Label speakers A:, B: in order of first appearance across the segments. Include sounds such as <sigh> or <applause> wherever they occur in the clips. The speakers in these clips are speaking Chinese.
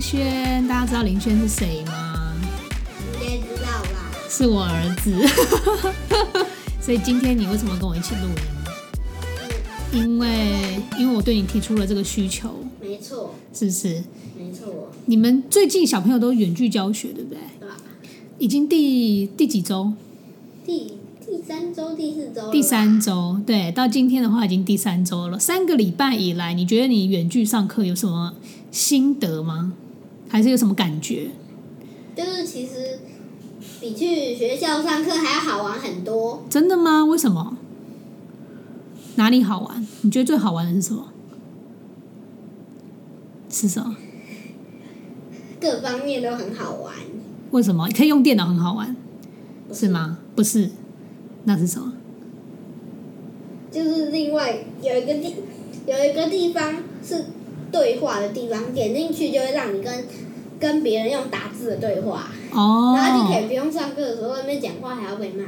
A: 轩，大家知道林轩是谁吗？
B: 应该知道吧？
A: 是我儿子。 <laughs> 所以今天你为什么跟我一起录音？
B: 嗯
A: 因为因为我对你提出了这个需求，
B: 没错，
A: 是不是？
B: 没错，
A: 你们最近小朋友都远距教学，对不对？
B: 对吧？
A: 已经第第几周？
B: 第第三周、第四周了吧
A: 第，三周，对，到今天的话已经第三周了。三个礼拜以来，你觉得你远距上课有什么心得吗？还是有什么感觉？
B: 就是其实比去学校上课还要好玩很多。
A: 真的吗？为什么？哪里好玩？你觉得最好玩的是什么？是什么？
B: 各方面都很好玩，
A: 为什么？可以用电脑很好玩，是吗？不是，那是什么？
B: 就是另外有一个地有一个地方是对话的地方，点进去就会让你跟跟别人用打字的对话，
A: 哦，
B: 然后你可以不用上课的时候在那边讲话，还要被骂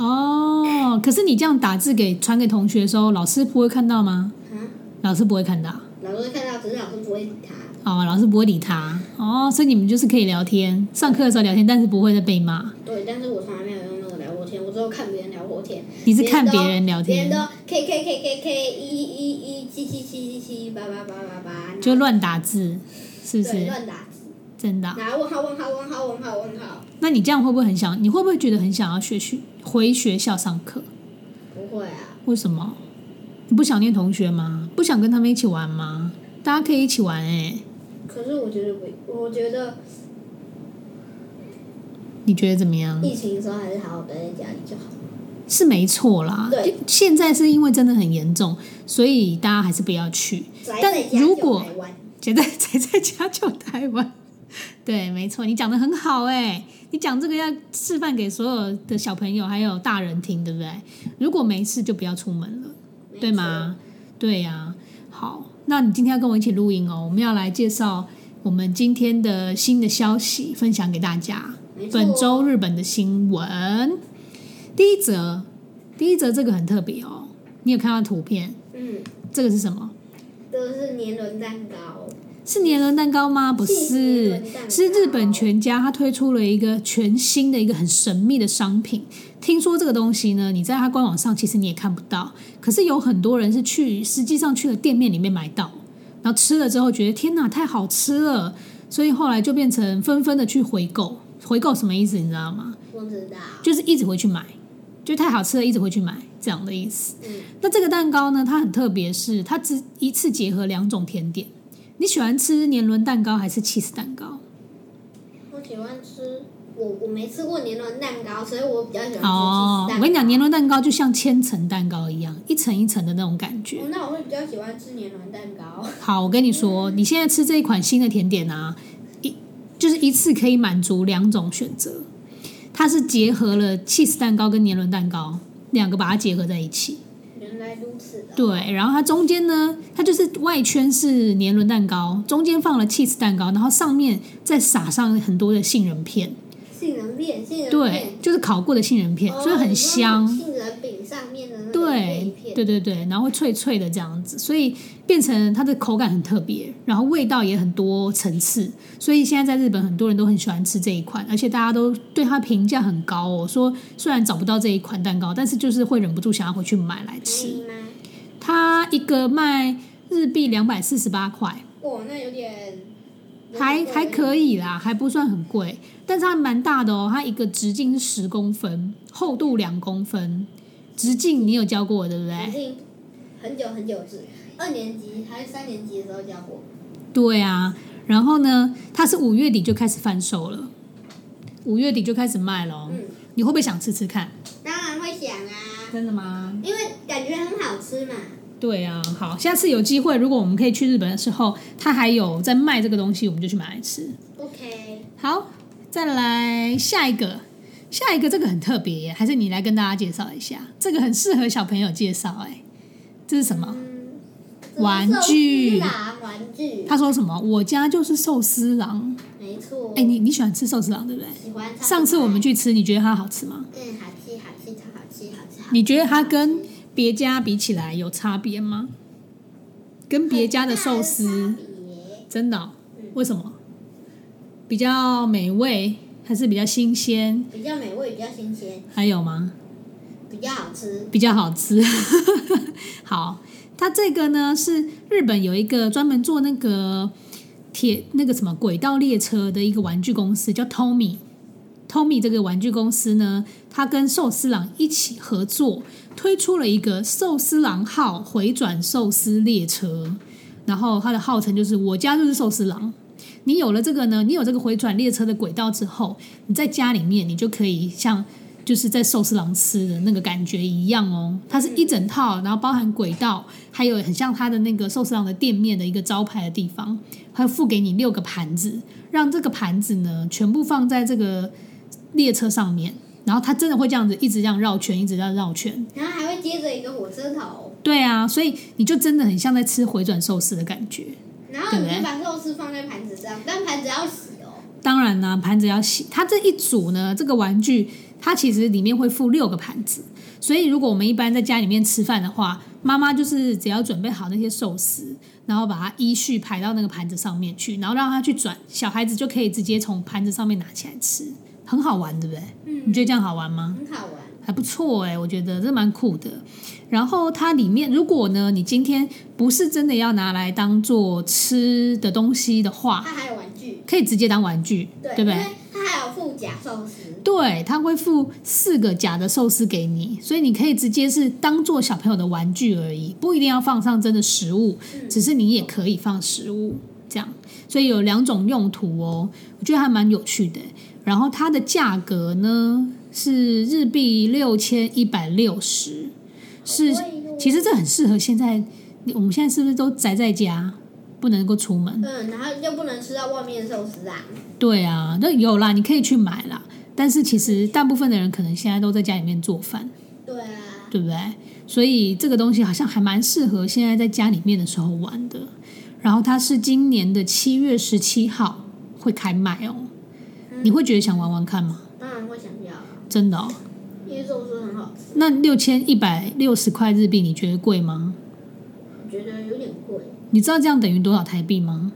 A: 哦，可是你这样打字给传给同学的时候，老师不会看到吗？
B: 啊。
A: 老师不会看到。
B: 老师会看到，只是老师不会理他。
A: 哦，老师不会理他哦，所以你们就是可以聊天，上课的时候聊天，但是不会再被骂。
B: 对，但是我从来没有用那个聊过天，我只有看别人聊过天。
A: 你是看别人聊天
B: 别人，都 K K K K K 一一一七七七七七八八八八八，
A: 就乱打字，是不
B: 对
A: 是？
B: 乱打字，
A: 真的啊、
B: 然后问号问号问号问号问号，
A: 那你这样会不会很想？你会不会觉得很想要学学回学校上课？
B: 不会啊，
A: 为什么？你不想念同学吗？不想跟他们一起玩吗？大家可以一起玩哎、
B: 可是我觉得不，我觉得
A: 你觉得怎么样？
B: 疫情的时候还是好好待在家里就好。
A: 是没错啦，
B: 对
A: 就现在是因为真的很严重，所以大家还是不要去。
B: 宅
A: 但
B: 在家
A: 如
B: 就
A: 果
B: 台湾，
A: 现在宅在家就台湾。对，没错，你讲的很好哎、你讲这个要示范给所有的小朋友还有大人听，对不对？如果没事就不要出门了，
B: 没
A: 对吗？对呀、好，那你今天要跟我一起录音哦，我们要来介绍我们今天的新的消息，分享给大家。
B: 没错
A: 本周日本的新闻，第一则，第一则这个很特别哦，你有看到图片？
B: 嗯，
A: 这个是什么？
B: 都是年轮蛋糕，
A: 是年轮蛋糕吗？不
B: 是
A: 是
B: 年轮蛋，糕
A: 是日本全家，它推出了一个全新的一个很神秘的商品。听说这个东西呢，你在它官网上其实你也看不到，可是有很多人是去实际上去了店面里面买到，然后吃了之后觉得天哪，太好吃了，所以后来就变成纷纷的去回购。回购什么意思？你知道吗？
B: 我知道，
A: 就是一直回去买，就太好吃了，一直回去买这样的意思。
B: 嗯，
A: 那这个蛋糕呢，它很特别，是它只一次结合两种甜点。你喜欢吃年轮蛋糕还是 cheese 蛋糕？
B: 我喜欢吃。我我没吃过年轮蛋糕，所以我比较喜欢吃
A: 哦，
B: 鸡蛋。
A: 我跟你讲，年轮蛋糕就像千层蛋糕一样，一层一层的那种感觉。
B: 哦，那我会比较喜欢吃年轮蛋糕。
A: 好，我跟你说，你现在吃这一款新的甜点啊，一就是一次可以满足两种选择，它是结合了 cheese 蛋糕跟年轮蛋糕两个把它结合在一起。
B: 原来如此的。
A: 对，然后它中间呢，它就是外圈是年轮蛋糕，中间放了 cheese 蛋糕，然后上面再撒上很多的杏仁片，
B: 杏仁片，杏仁
A: 对，就是烤过的杏仁片，
B: 片，
A: 所以很
B: 哦
A: 香。
B: 你说那个杏仁饼上面的那个
A: 对
B: 一片，
A: 对对对，然后会脆脆的这样子，所以变成它的口感很特别，然后味道也很多层次，所以现在在日本很多人都很喜欢吃这一款，而且大家都对它评价很高哦。说虽然找不到这一款蛋糕，但是就是会忍不住想要回去买来
B: 便
A: 吃。
B: 宜吗？
A: 它一个卖日币两百四十八块，
B: 哇，那有点
A: 还还可以啦，还不算很贵，但是它蛮大的哦，它一个直径是十公分，厚度两公分，直径你有教过我对不
B: 已
A: 对？
B: 经很久很久是二年级还是三年级的时候教过，
A: 对啊，然后呢，它是五月底就开始贩售了，五月底就开始卖了哦、
B: 嗯，
A: 你会不会想吃吃看？
B: 当然会想啊，
A: 真的吗？
B: 因为感觉很好吃嘛。
A: 对啊，好，下次有机会，如果我们可以去日本的时候，它还有在卖这个东西，我们就去买来吃。
B: OK，
A: 好，再来下一个，下一个这个很特别耶，还是你来跟大家介绍一下，这个很适合小朋友介绍哎，这是什么？
B: 嗯，
A: 玩具
B: 寿司郎玩具，
A: 他说什么？我家就是寿司郎，
B: 没错。
A: 哎，你你喜欢吃寿司郎对不对？
B: 喜欢它
A: 上次我们去吃，你觉得它好吃吗？
B: 嗯，好吃好吃超好吃好吃好吃。
A: 你觉得它跟别家比起来有差别吗？跟别家的寿司
B: 很大的差别
A: 真的哦、为什么？比较美味，还是比较新鲜？
B: 比较美味，比较新鲜，
A: 还有吗？
B: 比较好吃。
A: 比较好吃。 <laughs> 好，它这个呢是日本有一个专门做那个铁那个什么轨道列车的一个玩具公司，叫 Tommy。Tommy 这个玩具公司呢，它跟寿司郎一起合作，推出了一个寿司郎号回转寿司列车。然后它的号称就是“我家就是寿司郎”。你有了这个呢，你有这个回转列车的轨道之后，你在家里面你就可以像就是在寿司郎吃的那个感觉一样哦。它是一整套，然后包含轨道，还有很像它的那个寿司郎的店面的一个招牌的地方，还有付给你六个盘子，让这个盘子呢全部放在这个列车上面，然后它真的会这样子一直这样绕圈，一直这样绕圈。
B: 然后还会接着一个火车头，
A: 对啊，所以你就真的很像在吃回转寿司的感觉。
B: 然后你
A: 对
B: 就把寿司放在盘子上，但盘子要洗哦。
A: 当然啦、盘子要洗。它这一组呢，这个玩具它其实里面会附六个盘子，所以如果我们一般在家里面吃饭的话，妈妈就是只要准备好那些寿司，然后把它依序排到那个盘子上面去，然后让它去转，小孩子就可以直接从盘子上面拿起来吃，很好玩，对不对？你
B: 嗯，
A: 觉得这样好玩吗？
B: 很好玩。
A: 还不错哎、我觉得这蛮酷的。然后它里面，如果呢你今天不是真的要拿来当做吃的东西的话，
B: 它还有玩具，
A: 可以直接当玩具，
B: 对，
A: 不
B: 因
A: 啊对
B: 为？它还有附假寿司，
A: 对，它会附四个假的寿司给你，所以你可以直接是当做小朋友的玩具而已，不一定要放上真的食物，
B: 嗯
A: 只是你也可以放食物这样。所以有两种用途哦，我觉得还蛮有趣的。然后它的价格呢是日币六千一百六十，是
B: 好贵哦
A: 其实这很适合现在，我们现在是不是都宅在家，不能够出门？
B: 嗯，然后就不能吃到外面的寿司啊。
A: 对啊，那有啦，你可以去买啦。但是其实大部分的人可能现在都在家里面做饭，
B: 对啊，
A: 对不对？所以这个东西好像还蛮适合现在在家里面的时候玩的。然后它是今年的七月十七号会开卖哦，你会觉得想玩玩看吗？
B: 当然会想要啊，
A: 真的、哦？
B: 因为寿司很好吃，
A: 那六千一百六十块日币，你觉得贵吗？
B: 我觉得有点贵，
A: 你知道这样等于多少台币吗？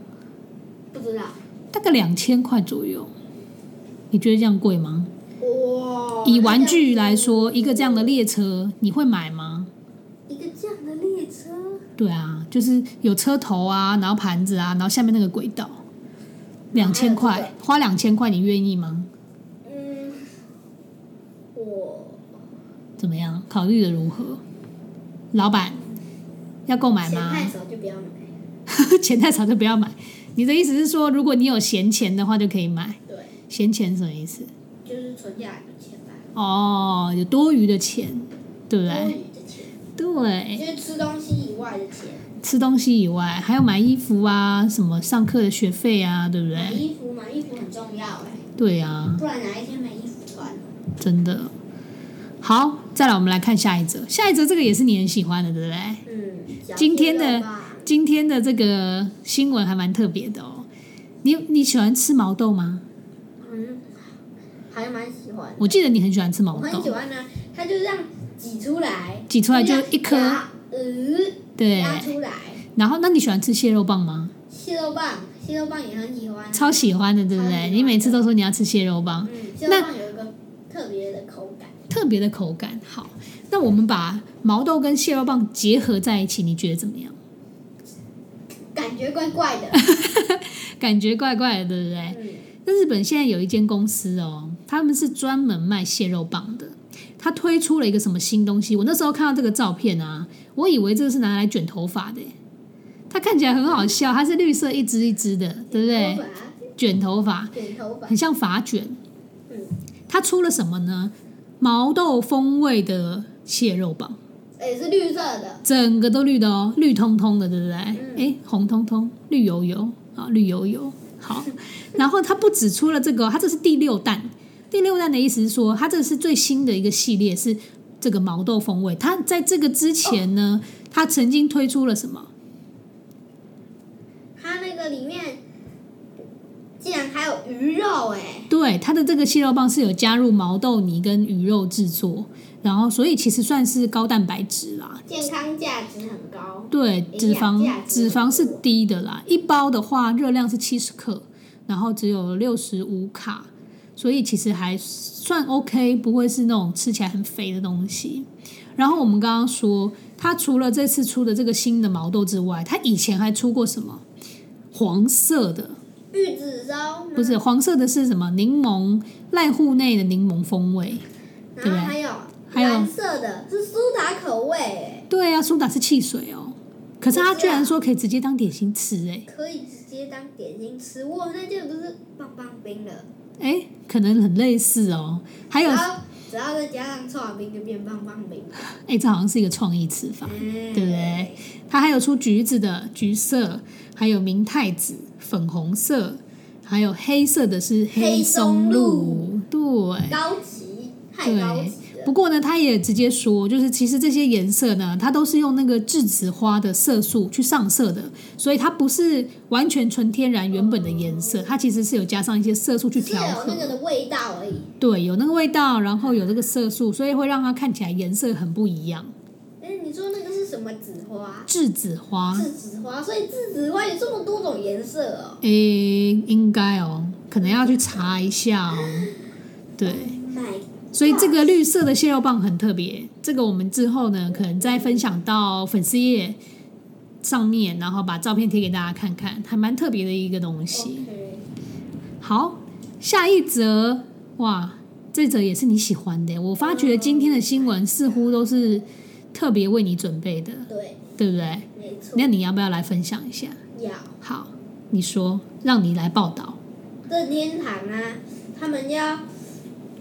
B: 不知道。
A: 大概两千块左右。你觉得这样贵吗？
B: 哇，
A: 以玩具来说，
B: 那
A: 一个这样的
B: 列
A: 列车，你会买吗？
B: 一个这样的列车，
A: 对啊，就是有车头啊，然后盘子啊，然后下面那个轨道，两千
B: 还有
A: 块，花两千块，你愿意吗？
B: 嗯，我
A: 怎么样？考虑的如何？老板要购买
B: 嫌
A: 吗？
B: 太少就不要买，
A: <laughs> 钱太少就不要买。你的意思是说，如果你有闲钱的话就可以买？
B: 对，
A: 闲钱什么意思？
B: 就是存下来的钱吧，
A: 哦，有多余的钱，对不
B: 多
A: 对？
B: 余的钱，
A: 对，
B: 就是吃东西以外的钱，
A: 吃东西以外，还有买衣服啊，什么上课的学费啊，对不
B: 买
A: 对？
B: 衣服买衣服很重要哎、
A: 对啊，
B: 不然哪一天没衣服穿？
A: 真的。好，再来我们来看下一则，下一则这个也是你很喜欢的，对不对？
B: 嗯，小
A: 今天的
B: 肌肉吧
A: 今天的这个新闻还蛮特别的哦。你你喜欢吃毛豆吗？
B: 嗯，还蛮喜欢的。
A: 我记得你很喜欢吃
B: 我
A: 毛
B: 很喜
A: 豆，
B: 欢呢，它就这样挤出来，
A: 哦挤出来就一颗，
B: 压嗯，
A: 对。
B: 压出来。
A: 然后，那你喜欢吃蟹肉棒吗？
B: 蟹肉棒，蟹肉棒也很喜欢啊。
A: 超喜欢的，对不
B: 超喜
A: 对？
B: 欢
A: 你每次都说你要吃蟹肉棒，
B: 嗯，蟹肉棒有一个特别的口感，
A: 特别的口感。好，那我们把毛豆跟蟹肉棒结合在一起，你觉得怎么样？
B: 感觉怪怪
A: <laughs>
B: 的。
A: 感觉怪怪的，对不对？
B: 嗯，
A: 那日本现在有一间公司哦，他们是专门卖蟹肉棒的。他推出了一个什么新东西？我那时候看到这个照片啊，我以为这个是拿来卷头发的耶。欸它看起来很好笑，它是绿色一支一支的，对不对？
B: 头发，
A: 卷头发，
B: 卷头发
A: 很，像发卷。
B: 嗯，
A: 它出了什么呢？毛豆风味的蟹肉棒，
B: 也是绿色的，
A: 整个都绿的哦，绿通通的，对不对？哎、
B: 嗯
A: 红通通，绿油油啊，绿油油。好，然后它不止出了这个哦，它这是第六弹。第六弹的意思是说，它这是最新的一个系列，是这个毛豆风味。它在这个之前呢，它曾经推出了什么？
B: 它那个里面竟然还有鱼肉哎，
A: 对，它的这个蟹肉棒是有加入毛豆泥跟鱼肉制作，然后所以其实算是高蛋白质啦，
B: 健康价值很高。
A: 对，
B: 营
A: 脂
B: 养
A: 肪
B: 价值
A: 脂肪是
B: 很多
A: 低的啦，一包的话热量是七十克，然后只有六十五卡，所以其实还算 OK，不会是那种吃起来很肥的东西。然后我们刚刚说，它除了这次出的这个新的毛豆之外，它以前还出过什么黄色的？
B: 玉子烧吗
A: 不是黄色的是什么？柠檬濑户内的柠檬风味。对不
B: 然后
A: 对
B: 还有
A: 还有
B: 蓝色的，是苏打口味欸，
A: 对啊，苏打是汽水哦，可是他
B: 不是啊
A: 居然说可以直接当点心吃、欸，
B: 可以直接当点心吃。哇，那就不是棒棒冰了。
A: 哎哎，可能很类似哦。还有，
B: 然
A: 哎、
B: 后只要再加上臭小冰就变棒棒冰，
A: 哎这好像是一个创意吃法。
B: 嗯
A: 对不 <laughs> 对？它还有出橘子的橘色，还有明太子粉红色，还有黑色的是松露。对，
B: 高级，太高
A: 对
B: 级了。
A: 不过呢，他也直接说，就是其实这些颜色呢，它都是用那个栀子花的色素去上色的，所以它不是完全纯天然原本的颜色，它其实是有加上一些色素去
B: 只哦是啊
A: 调
B: 有
A: 和
B: 那。个的味道而已。
A: 对，有那个味道，然后有这个色素，所以会让它看起来颜色很不一样。
B: 哎，你说那个是什么紫花？
A: 栀子花，
B: 栀子花，所以栀子花有这么多种颜色哦。
A: 诶，应该哦，可能要去查一下哦。
B: 哎
A: 对，
B: 买
A: 所以这个绿色的蟹肉棒很特别，这个我们之后呢，可能再分享到粉丝页上面，然后把照片贴给大家看看，还蛮特别的一个东西。
B: OK，
A: 好，下一则，哇，这则也是你喜欢的。我发觉今天的新闻似乎都是特别为你准备的，
B: 对，
A: 对不对？
B: 没错，
A: 那你要不要来分享一下？
B: 要
A: 好，你说，让你来报道。
B: 任天堂啊，他们要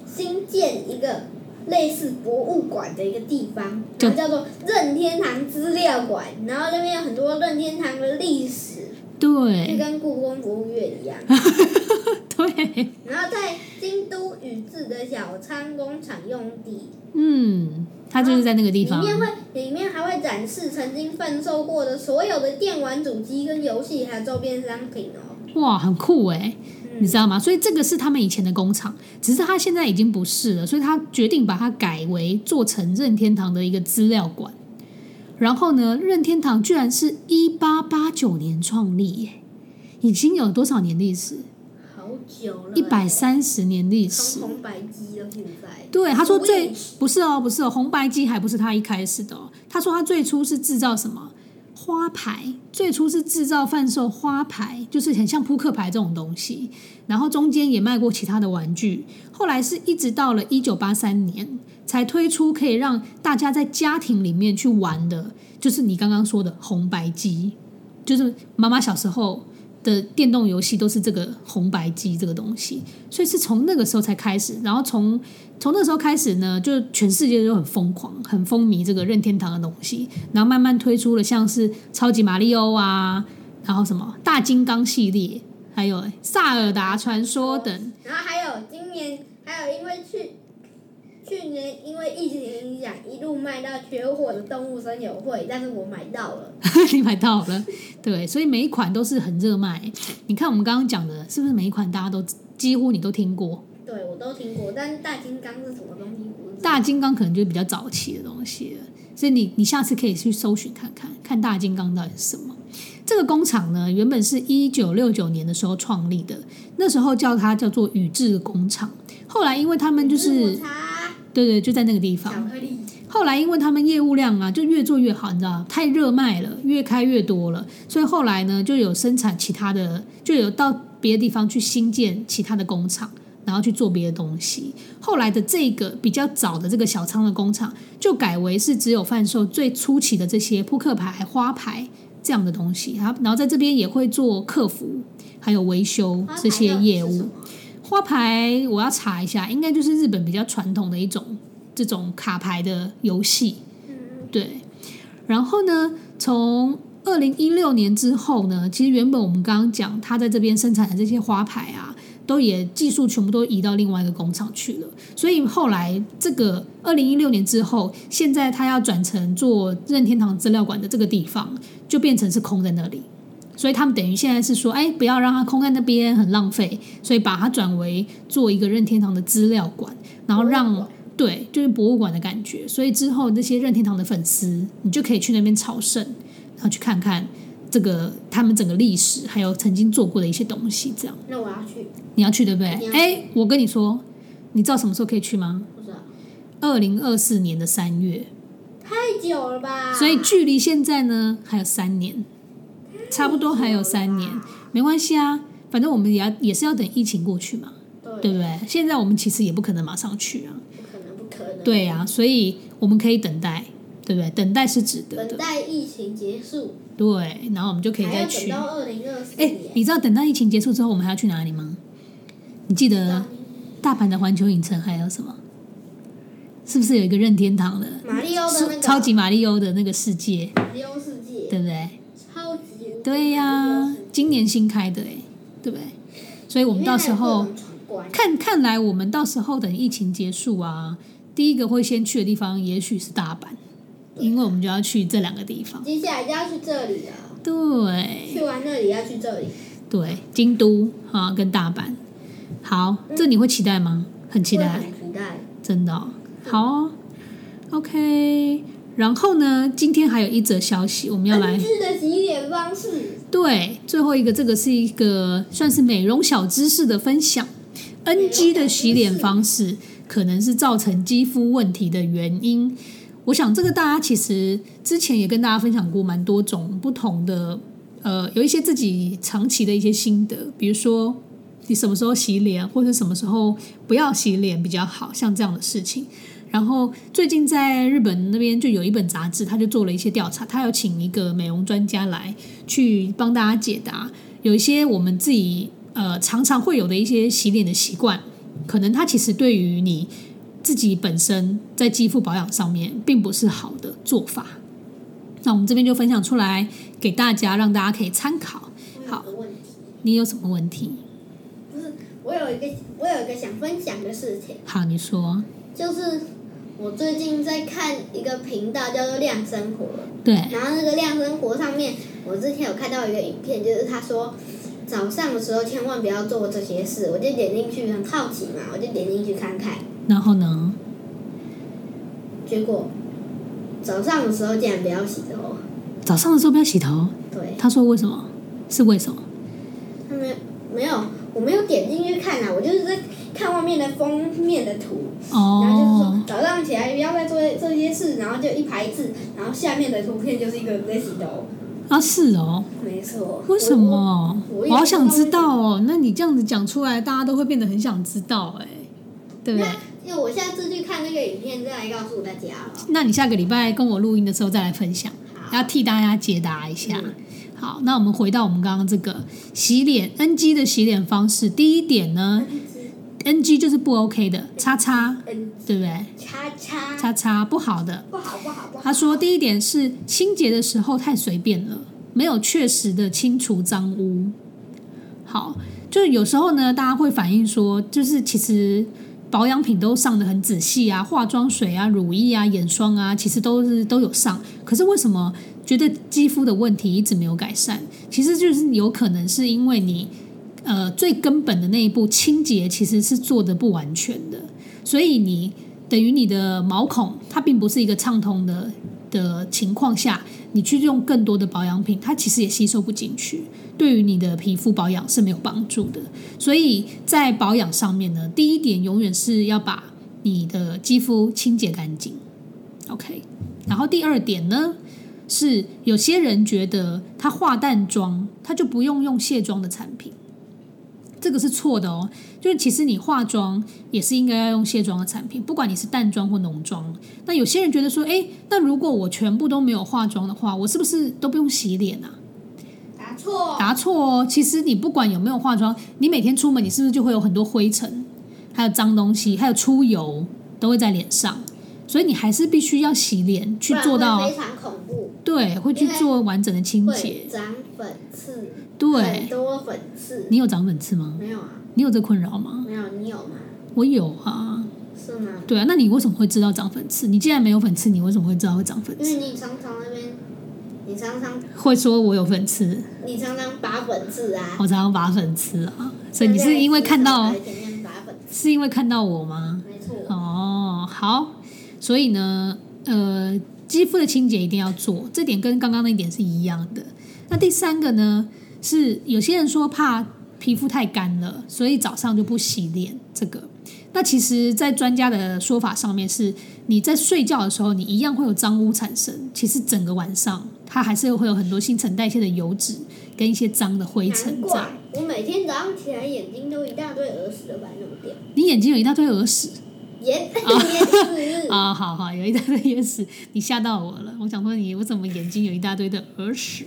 B: 新建一个类似博物馆的一个地方，
A: 叫
B: 然后叫做任天堂资料馆，然后那边有很多任天堂的历史，
A: 对，
B: 就跟故宫博物院一样。
A: <laughs> 对，
B: 然后在京都宇治的小仓工厂用地，
A: 嗯，它就是在那个地
B: 啊里
A: 方。
B: 面会里面还会展示曾经贩售过的所有的电玩主机跟游戏，还有周边商品哦。
A: 哇，很酷哎，你
B: 嗯，
A: 知道吗？所以这个是他们以前的工厂，只是它现在已经不是了，所以他决定把它改为做成任天堂的一个资料馆。然后呢，任天堂居然是一八八九年创立耶，已经有多少年历史？
B: 好久了，
A: 一百三十年历史
B: 从。红白机到现在。
A: 对，他说最
B: Switch
A: 不是哦，不是哦，红白机还不是他一开始的、哦。他说他最初是制造什么花牌，最初是制造贩售花牌，就是很像扑克牌这种东西。然后中间也卖过其他的玩具，后来是一直到了一九八三年才推出可以让大家在家庭里面去玩的，就是你刚刚说的红白机，就是妈妈小时候。的电动游戏都是这个红白机这个东西，所以是从那个时候才开始，然后从从那时候开始呢，就全世界都很疯狂、很风靡这个任天堂的东西，然后慢慢推出了像是超级马里奥啊，然后什么大金刚系列，还有哎萨尔达传说等。 <laughs>
B: 然后还有今年，还有因为去去年因为疫情影响，一路卖到缺货的动物森友会，但是我买到了。
A: 你买到了，对，所以每一款都是很热卖。你看我们刚刚讲的，是不是每一款大家都几乎你都听过？
B: 对，我都听过，但是大金刚是什么东西？我不知道
A: 大金刚可能就是比较早期的东西了，所以你你下次可以去搜寻看看，看大金刚到底是什么。这个工厂呢，原本是一九六九年的时候创立的，那时候叫它叫做宇治工厂。后来因为他们就
B: 抹
A: 是
B: 茶
A: 对对，就在那个地
B: 巧
A: 方。
B: 克力，
A: 后来因为他们业务量啊，就越做越好，你知道，太热卖了，越开越多了，所以后来呢，就有生产其他的，就有到别的地方去新建其他的工厂，然后去做别的东西。后来的这个比较早的这个小仓的工厂，就改为是只有贩售最初期的这些扑克牌、花牌这样的东西，然后然后在这边也会做客服，还有维修这些业务。花牌我要查一下，应该就是日本比较传统的一种这种卡牌的游戏，
B: 嗯，
A: 对。然后呢，从二零一六年之后呢，其实原本我们刚刚讲，他在这边生产的这些花牌啊，都也技术全部都移到另外一个工厂去了。所以后来这个二零一六年之后，现在他要转成做任天堂资料馆的这个地方，就变成是空在那里。所以他们等于现在是说，哎，不要让它空在那边，很浪费，所以把它转为做一个任天堂的资料馆，然后
B: 博物
A: 让
B: 馆
A: 对，就是博物馆的感觉。所以之后那些任天堂的粉丝，你就可以去那边朝圣，然后去看看这个他们整个历史，还有曾经做过的一些东西。这样
B: 那我要去，
A: 你要去对不对？
B: 一定要去
A: 哎，我跟你说，你知道什么时候可以去吗？
B: 不知道
A: 二零二四年的三月，
B: 太久了吧？
A: 所以距离现在呢还有三年，差不多还有三年，没关系啊，反正我们也要也是要等疫情过去嘛，对
B: 对，
A: 不对？现在我们其实也不可能马上去啊，
B: 不可能，不可能。
A: 对呀、啊，所以我们可以等待，对不对？等待是值得
B: 等
A: 的，
B: 待疫情结束，
A: 对，然后我们就可以
B: 还
A: 再
B: 要等
A: 去。
B: 到二零二四
A: 哎，
B: 年。
A: 你知道等到疫情结束之后，我们还要去哪里吗？你记得大阪的环球影城还有什么？是不是有一个任天堂的
B: 马里奥的那个
A: 超级马里奥的那个世界，
B: 西欧世界，
A: 对不对？
B: 超级
A: 对呀、今年新开的哎，对不对？所以我们到时候
B: 里面还有各种闯关
A: 看看来，我们到时候等疫情结束啊，第一个会先去的地方也许是大阪，因为我们就要去这两个地方。
B: 接下来就要去这里了，
A: 对
B: 去完那里要去这里，
A: 对，京都啊跟大阪，好，
B: 嗯
A: 这你会期待吗？很期
B: 会
A: 待，
B: 很期待。
A: 真的哦、好哦，OK。然后呢，今天还有一则消息，我们要来
B: 恩智的洗脸方式，
A: 对，最后一个这个是一个算是美容小知识的分享。NG 的洗脸方式可能是造成肌肤问题的原因。我想这个大家其实之前也跟大家分享过蛮多种不同的，呃，有一些自己长期的一些心得，比如说你什么时候洗脸，或者什么时候不要洗脸比较好，像这样的事情。然后最近在日本那边就有一本杂志，他就做了一些调查，他有请一个美容专家来去帮大家解答，有一些我们自己呃常常会有的一些洗脸的习惯，可能它其实对于你自己本身在肌肤保养上面并不是好的做法。那我们这边就分享出来给大家，让大家可以参考。
B: 我有
A: 好
B: 个问题，
A: 你有什么问题？
B: 不是我有一个我有一个想分享的事情，
A: 好，你说。
B: 就是我最近在看一个频道叫做亮生活，
A: 对，
B: 然后那个亮生活上面，我之前有看到一个影片，就是他说早上的时候千万不要做这些事，我就点进去很好奇嘛，我就点进去看看，
A: 然后呢？
B: 结果早上的时候竟然不要洗头，
A: 早上的时候不要洗头。
B: 对，
A: 他说为什么？是为什么？
B: 他们没有，我没有点进去看啊，我就是在看外面的封面的图，然后就是
A: 哦
B: 说，早上起来不要再做这些事，然后就一排字，然后下面的图片就是一个人在洗头，
A: <laughs> 啊是哦，
B: 没错，
A: 为什么？
B: 我我
A: 我
B: 也不
A: 好想知道哦。那你这样子讲出来，大家都会变得很想知道哎、对不对？
B: 那我下次去看那个影片再来告诉大家了。
A: 那你下个礼拜跟我录音的时候再来分享，要替大家解答一下。
B: 嗯
A: 好，那我们回到我们刚刚这个洗脸 NG 的洗脸方式，第一点呢，NG 就是不 OK 的，叉叉，
B: 嗯，
A: 对不对？
B: 叉叉，
A: 叉叉不好的，
B: 不好不好不好。
A: 他说，第一点是清洁的时候太随便了，没有确实的清除脏污。好，就是有时候呢，大家会反映说，就是其实保养品都上的很仔细啊，化妆水啊、乳液啊、眼霜啊，其实都是都有上，可是为什么觉得肌肤的问题一直没有改善？其实就是有可能是因为你呃最根本的那一步清洁其实是做的不完全的，所以你等于你的毛孔它并不是一个畅通的的情况下，你去用更多的保养品，它其实也吸收不进去，对于你的皮肤保养是没有帮助的。所以在保养上面呢，第一点永远是要把你的肌肤清洁干净，OK。然后第二点呢，是有些人觉得他化淡妆，他就不用用卸妆的产品，这个是错的哦。就是其实你化妆也是应该要用卸妆的产品，不管你是淡妆或浓妆。那有些人觉得说，诶，那如果我全部都没有化妆的话，我是不是都不用洗脸啊？
B: 答错，
A: 答错哦！其实你不管有没有化妆，你每天出门，你是不是就会有很多灰尘，还有脏东西，还有出油都会在脸上，所以你还是必须要洗脸去做
B: 不然会
A: 到
B: 非常恐怖，
A: 对，会去做完整的清
B: 会
A: 洁。
B: 长粉刺，很
A: 对，
B: 多粉刺。
A: 你有长粉刺吗？
B: 没有啊？
A: 你有这困扰吗？
B: 没有，你有吗？
A: 我有啊。
B: 是吗？
A: 对啊，那你为什么会知道长粉刺？你既然没有粉刺，你为什么会知道会长粉
B: 因
A: 刺？
B: 为你常常那边，你常常
A: 会说我有粉刺，
B: 你常常拔粉刺啊。
A: 我常常拔粉刺啊。所以你是因为看到，
B: 前面拔粉
A: 是因为看到我吗
B: 刺，？没错。
A: 哦，好，所以呢，呃，肌肤的清洁一定要做，这点跟刚刚那一点是一样的。那第三个呢，是有些人说怕皮肤太干了，所以早上就不洗脸。这个，那其实，在专家的说法上面是，你在睡觉的时候，你一样会有脏污产生。其实整个晚上，它还是会有很多新陈代谢的油脂跟一些脏的灰
B: 难
A: 尘在
B: 怪。我每天早上起来眼睛都一大堆耳屎都把它弄掉，
A: 你眼睛有一大堆耳屎
B: 眼眼屎。
A: 啊、好好，有一大堆眼屎，你吓到我了。我想说你，我怎么眼睛有一大堆的耳屎？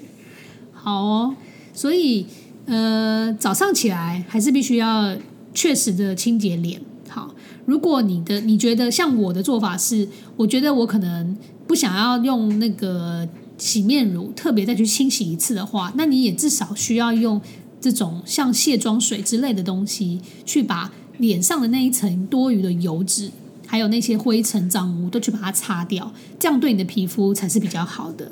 A: 好哦，所以呃，早上起来还是必须要确实的清洁脸。好，如果你的你觉得像我的做法是，我觉得我可能不想要用那个洗面乳特别再去清洗一次的话，那你也至少需要用这种像卸妆水之类的东西，去把脸上的那一层多余的油脂。还有那些灰尘、脏污都去把它擦掉，这样对你的皮肤才是比较好的。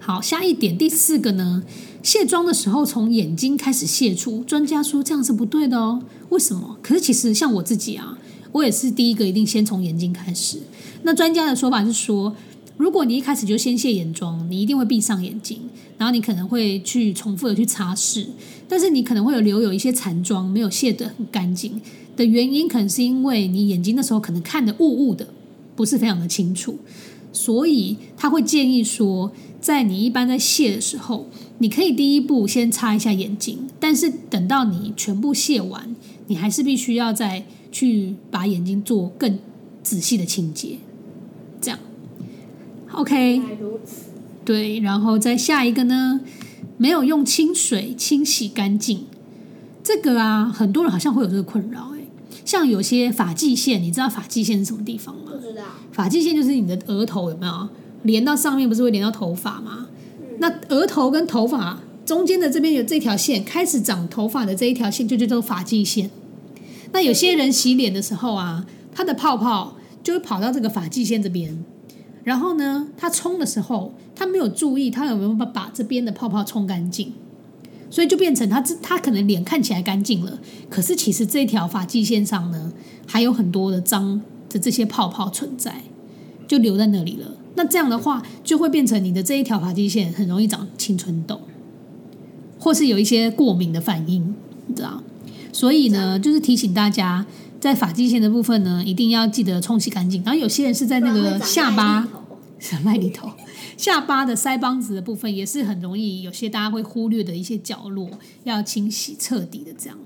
A: 好，下一点，第四个呢，卸妆的时候从眼睛开始卸除，专家说这样是不对的哦。为什么？可是其实像我自己啊，我也是第一个一定先从眼睛开始。那专家的说法是说，如果你一开始就先卸眼妆，你一定会闭上眼睛，然后你可能会去重复的去擦拭，但是你可能会有留有一些残妆，没有卸得很干净的原因，可能是因为你眼睛那时候可能看的雾雾的，不是非常的清楚。所以他会建议说，在你一般在卸的时候，你可以第一步先擦一下眼睛，但是等到你全部卸完，你还是必须要再去把眼睛做更仔细的清洁。这样，OK，
B: 原来如此，
A: 对，然后再下一个呢，没有用清水清洗干净，这个啊，很多人好像会有这个困扰诶、像有些发际线，你知道发际线是什么地方吗？
B: 不知道。
A: 发际线就是你的额头有没有连到上面，不是会连到头发吗？那额头跟头发中间的这边有这条线，开始长头发的这一条线就叫做发际线。那有些人洗脸的时候啊，它的泡泡就会跑到这个发际线这边，然后呢，他冲的时候他没有注意他有没有把把这边的泡泡冲干净，所以就变成他这他可能脸看起来干净了，可是其实这条发际线上呢还有很多的脏的这些泡泡存在，就留在那里了。那这样的话，就会变成你的这一条发际线很容易长青春痘，或是有一些过敏的反应，你知道？所以呢，就是提醒大家，在发际线的部分呢，一定要记得冲洗干净。然后有些人是在那
B: 不然
A: 个
B: 啊会长
A: 下
B: 麦
A: 巴
B: 粒，头
A: 小麦里头， <laughs> 下巴的腮帮子的部分也是很容易，有些大家会忽略的一些角落，要清洗彻底的这样。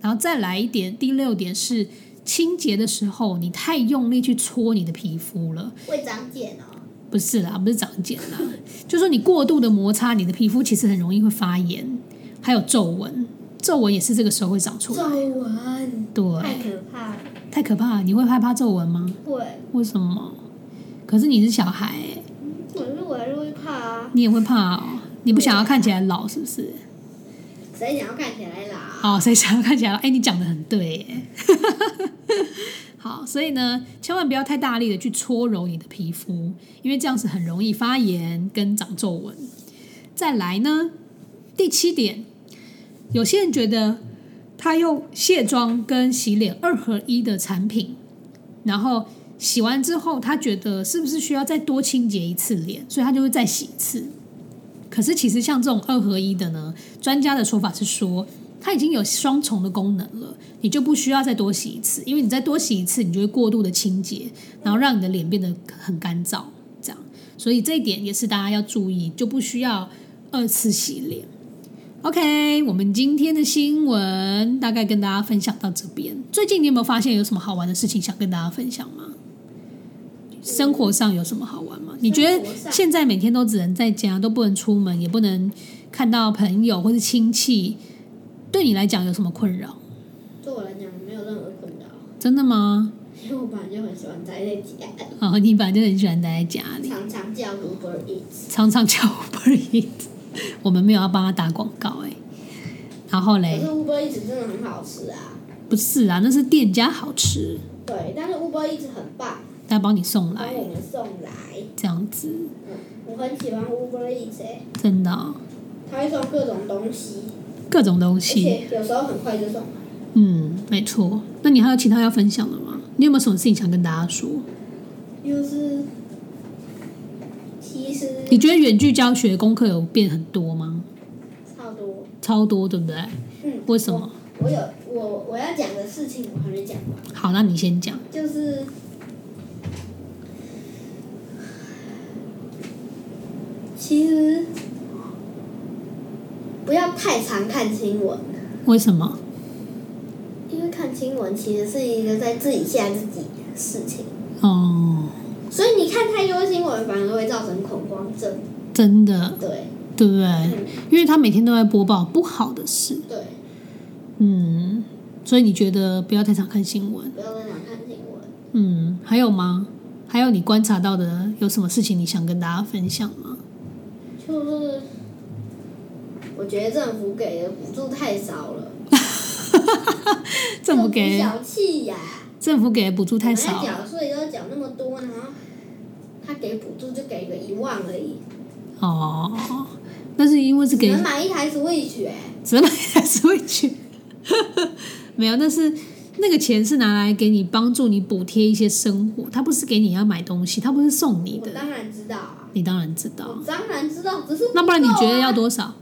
A: 然后再来一点，第六点是清洁的时候，你太用力去搓你的皮肤了，
B: 会长茧哦。
A: 不是啦，不是长茧啦， <laughs> 就说你过度的摩擦，你的皮肤其实很容易会发炎，还有皱纹，皱纹也是这个时候会长出来。
B: 纹
A: 对，
B: 太可怕了，
A: 太可怕了，你会害怕皱纹吗？
B: 会，
A: 为什么？可是你是小孩、欸，
B: 可是我还是会怕啊。
A: 你也会怕哦，你不想要看起来老是不是？
B: 谁想要看起来啦？
A: 好，所以想要看起来，哎、你讲的很对耶。好，所以呢，千万不要太大力的去搓揉你的皮肤，因为这样是很容易发炎跟长皱纹。再来呢，第七点，有些人觉得他用卸妆跟洗脸二合一的产品，然后洗完之后，他觉得是不是需要再多清洁一次脸，所以他就会再洗一次。可是其实像这种二合一的呢，专家的说法是说，它已经有双重的功能了，你就不需要再多洗一次，因为你再多洗一次，你就会过度的清洁，然后让你的脸变得很干燥，这样。所以这一点也是大家要注意，就不需要二次洗脸。OK，我们今天的新闻大概跟大家分享到这边。最近你有没有发现有什么好玩的事情想跟大家分享吗？生活上有什么好玩吗？你觉得
B: 生活上
A: 现在每天都只能在家，都不能出门，也不能看到朋友或是亲戚，对你来讲有什么困扰？
B: 对我来讲没有任何困扰，
A: 真的吗？
B: 因为我本来就很喜欢宅在家，
A: 哦，你本来就很喜欢待在家里，
B: 常常叫 Uber Eats。
A: 常常叫 Uber Eat，我们没有要帮他打广告哎、然后
B: 可
A: 嘞
B: 是，Uber Eats 真的很好吃啊。
A: 不是啊，那是店家好吃，
B: 对，但是 Uber Eats 很棒，
A: 他帮你送
B: 帮
A: 来
B: 我们送来。
A: 这样子，
B: 嗯，我很喜欢 Uber Eats，欸
A: 真的哦、
B: 它会送各种东西，
A: 各种东
B: 而
A: 西，
B: 且有时候很快就送来。
A: 嗯，没错。那你还有其他要分享的吗？你有没有什么事情想跟大家说？
B: 就是，其实
A: 你觉得远距教学功课有变很多吗？
B: 超多。
A: 超多，对不对？
B: 嗯，
A: 为什么？
B: 我？我有我我要讲的事情我还没讲完，
A: 好，那你先讲。
B: 就是其实不要太常看新闻，
A: 为什么？
B: 因为看新闻其实是一个在自己吓自己的事情，
A: 哦，
B: 所以你看太多新闻反而会造成恐慌症。
A: 真的，
B: 对，
A: 对不对？
B: 嗯，
A: 因为他每天都在播报不好的事，
B: 对，
A: 嗯，所以你觉得不要太常看新闻，
B: 不要再常看新闻。
A: 嗯，还有吗？还有你观察到的有什么事情你想跟大家分享吗？
B: 就是我觉得政府给的补助太少了，
A: 政府给
B: 小气呀、
A: 政府给的补助太
B: 本
A: 少
B: 来缴税都缴那么多，然后他给补助就给个一万而已，
A: 哦，那是因为是
B: 只
A: 给
B: 能买一台 Switch 哎、
A: 只能买台 Switch，没有，那是那个钱是拿来给你帮助你补贴一些生活，它不是给你要买东西，它不是送你
B: 我
A: 的，
B: 当然知道啊，
A: 你当然知道
B: 我。当然知道，只是
A: 那不然你觉得要
B: 够啊？
A: 多少？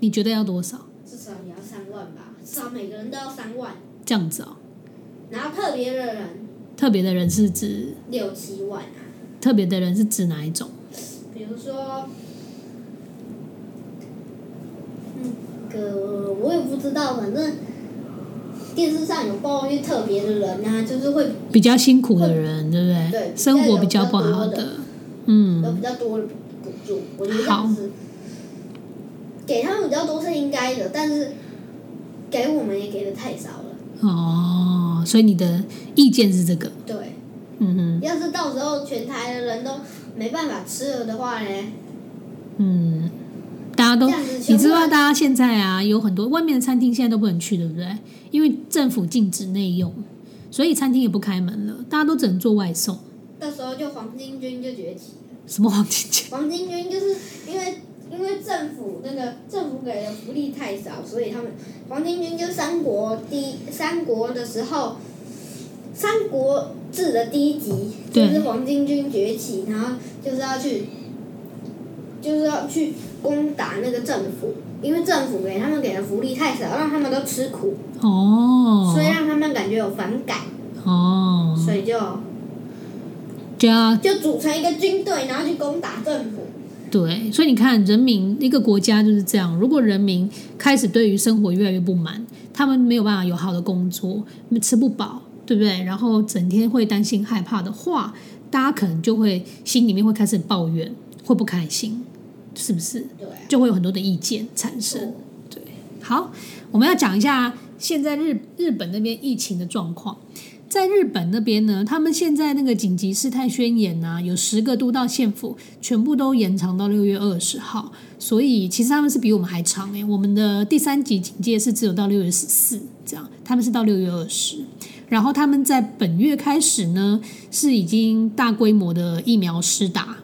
A: 你觉得要多少？
B: 至少也要三万吧，至少每个人都要三万，
A: 这样子哦，
B: 然后特别的人
A: 特别的人是指
B: 六七万啊，
A: 特别的人是指哪一种？
B: 比如说。那嗯个我也不知道，反正电视上有报一些特别的人啊，就是会
A: 比较辛苦的人，对不对？
B: 对比较
A: 生活比较
B: 有比较
A: 不好
B: 多的，有
A: 嗯，
B: 比较多的补助，我觉得这样子给他们比较多是应该的，但是给我们也给的太少了。
A: 哦，所以你的意见是这个，
B: 对，
A: 嗯哼，
B: 要是到时候全台的人都没办法吃了的话呢，
A: 嗯，大家
B: 这
A: 都
B: 样子
A: 你
B: 全部
A: 知道，大家现在啊，有很多外面的餐厅现在都不能去，对不对？因为政府禁止内用，所以餐厅也不开门了，大家都只能做外送。
B: 到时候就黄巾军就崛起了。
A: 什么黄金
B: <laughs>
A: 街？
B: 黄巾军就是因为因为政府那个政府给的福利太少，所以他们黄巾军就是三国第一三国的时候，三国志的第一集就
A: 对
B: 是黄巾军崛起，然后就是要去就是要去攻打那个政府，因为政府给他们给的福利太少，让他们都吃苦，
A: 哦
B: 所以让他们感觉有反感，
A: 哦，
B: 所以就
A: 就要
B: 就组成一个军队，然后去攻打政府。
A: 对，所以你看，人民一个国家就是这样。如果人民开始对于生活越来越不满，他们没有办法有好的工作，吃不饱，对不对？然后整天会担心害怕的话，大家可能就会心里面会开始抱怨，会不开心，是不是？
B: 对啊，
A: 就会有很多的意见产生。对，好，我们要讲一下现在日日本那边疫情的状况。在日本那边呢，他们现在那个紧急事态宣言呢、有十个都道县府全部都延长到六月二十号，所以其实他们是比我们还长诶、我们的第三级警戒是只有到六月十四这样，他们是到六月二十。然后他们在本月开始呢，是已经大规模的疫苗施打，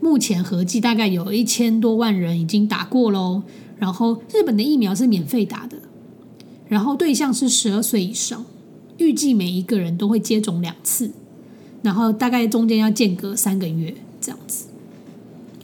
A: 目前合计大概有一千多万人已经打过喽。然后日本的疫苗是免费打的，然后对象是十二岁以上，预计每一个人都会接种两次，然后大概中间要间隔三个月这样子。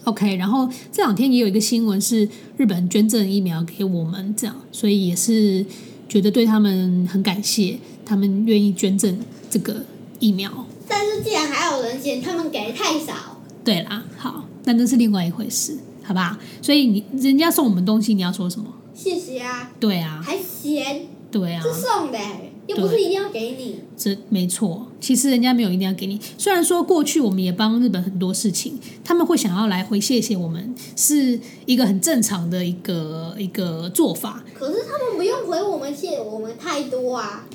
A: OK，然后这两天也有一个新闻是日本捐赠疫苗给我们，这样，所以也是觉得对他们很感谢，他们愿意捐赠这个疫苗。
B: 但是既然还有人嫌他们给的太少，
A: 对啦，好，那那是另外一回事，好吧？所以你人家送我们东西，你要说什么？
B: 谢谢啊，
A: 对啊，
B: 还嫌
A: 对啊
B: 这，送的欸、又不是一定要给你。
A: 这没错。其实人家没有一定要给你，虽然说过去我们也帮日本很多事情，他们会想要来回谢谢我们，是一个很正常的一个一个做法。
B: 可是他们不用回我们谢我们太多啊，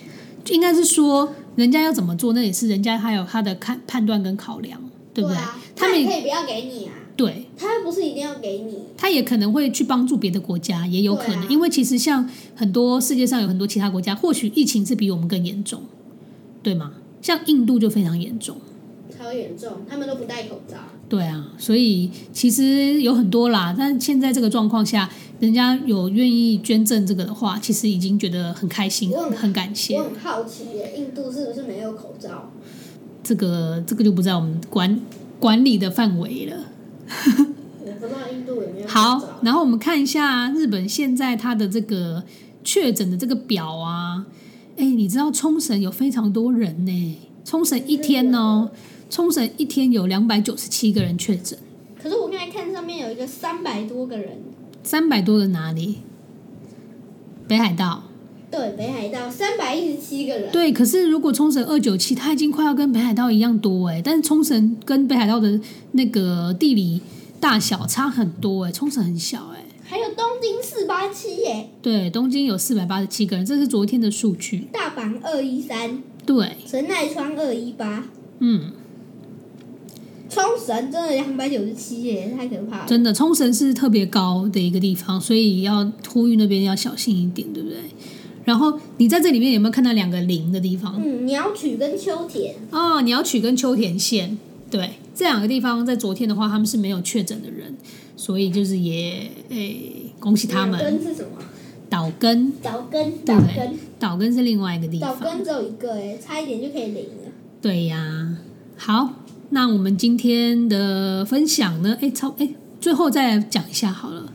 A: 应该是说，人家要怎么做，那也是人家他有他的看判断跟考量，对不对？
B: 啊，
A: 他
B: 也
A: 们
B: 可以不要给你啊，
A: 对，
B: 他又不是一定要给你。
A: 他也可能会去帮助别的国家，也有可能，
B: 对啊
A: 因为其实像很多世界上有很多其他国家，或许疫情是比我们更严重，对吗？像印度就非常严重，
B: 超严重，他们都不戴口罩。
A: 对啊，所以其实有很多啦。但现在这个状况下，人家有愿意捐赠这个的话，其实已经觉得很开心，
B: 我很
A: 很感谢
B: 我。很好奇耶，印度是不是没有口罩？
A: 这个这个就不在我们管管理的范围了。
B: 我不知道印度有没有口
A: 好
B: 罩，
A: 然后我们看一下日本现在它的这个确诊的这个表啊，哎，你知道冲绳有非常多人呢、冲绳一天哦，冲绳一天有两百九十七个人确诊，
B: 可是我刚才看上面有一个三百多个人，
A: 三百多个哪里？北海道。
B: 对，北海道三百一十七个人，
A: 对，可是如果冲绳二九七，它已经快要跟北海道一样多哎、但是冲绳跟北海道的那个地理大小差很多哎、冲绳很小哎、
B: 还有东京四八七耶，
A: 对，东京有四百八十七个人，这是昨天的数据。
B: 大阪二一三，
A: 对，
B: 神奈川二一八，
A: 嗯，
B: 冲绳真的两百九十七耶，太可怕了。
A: 真的，冲绳是特别高的一个地方，所以要呼吁那边要小心一点，对不对？然后你在这里面有没有看到两个零的地方？
B: 嗯，鸟取跟秋田，
A: 哦，鸟取跟秋田县，对，这两个地方在昨天的话，他们是没有确诊的人，所以就是也诶，恭喜他
B: 岛
A: 们。
B: 根是什么？
A: 岛根，
B: 岛根，
A: 对
B: 岛根，
A: 岛根是另外一个地
B: 岛
A: 方，
B: 根只有一个哎，差一点就可以零了。
A: 对呀、好，那我们今天的分享呢，诶，超诶，最后再来讲一下好了。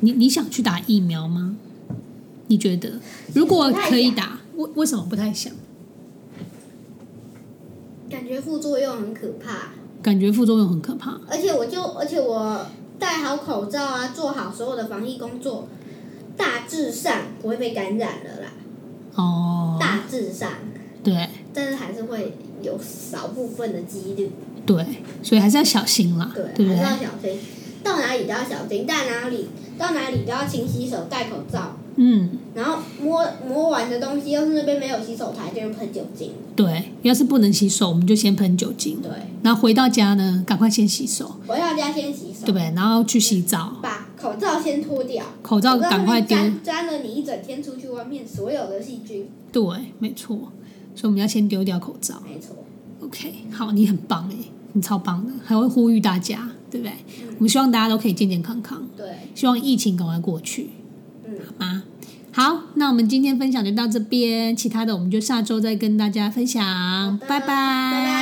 A: 你你想去打疫苗吗？你觉得如果可以打，为为什么不太想？
B: 感觉副作用很可怕，
A: 感觉副作用很可怕。
B: 而且我就，而且我戴好口罩啊，做好所有的防疫工作，大致上不会被感染了啦，
A: 哦，
B: 大致上，
A: 对
B: 但是还是会有少部分的几率，
A: 对，所以还是要小心啦，
B: 对，
A: 不
B: 还
A: 对
B: 是？要小心，到哪里都要小心，到哪里到哪里都要勤洗手，戴口罩，
A: 嗯，
B: 然后摸摸完的东西，要是那边没有洗手台，就是喷酒精，
A: 对，要是不能洗手，我们就先喷酒精，
B: 对，
A: 然后回到家呢，赶快先洗手，
B: 回到家先洗手
A: 对，不对？然后去洗澡，
B: 把口罩先脱掉。
A: 口罩赶快丢
B: 口罩会沾沾了你一整天出去外面所有的细菌，
A: 对，没错，所以我们要先丢掉口罩。
B: 没错。
A: OK，好，你很棒哎，你超棒的，还会呼吁大家，对不对？我们希望大家都可以健健康康，
B: 对，
A: 希望疫情赶快过去，
B: 嗯，
A: 好吗？好，那我们今天分享就到这边，其他的我们就下周再跟大家分享，
B: 的
A: 拜
B: 拜拜。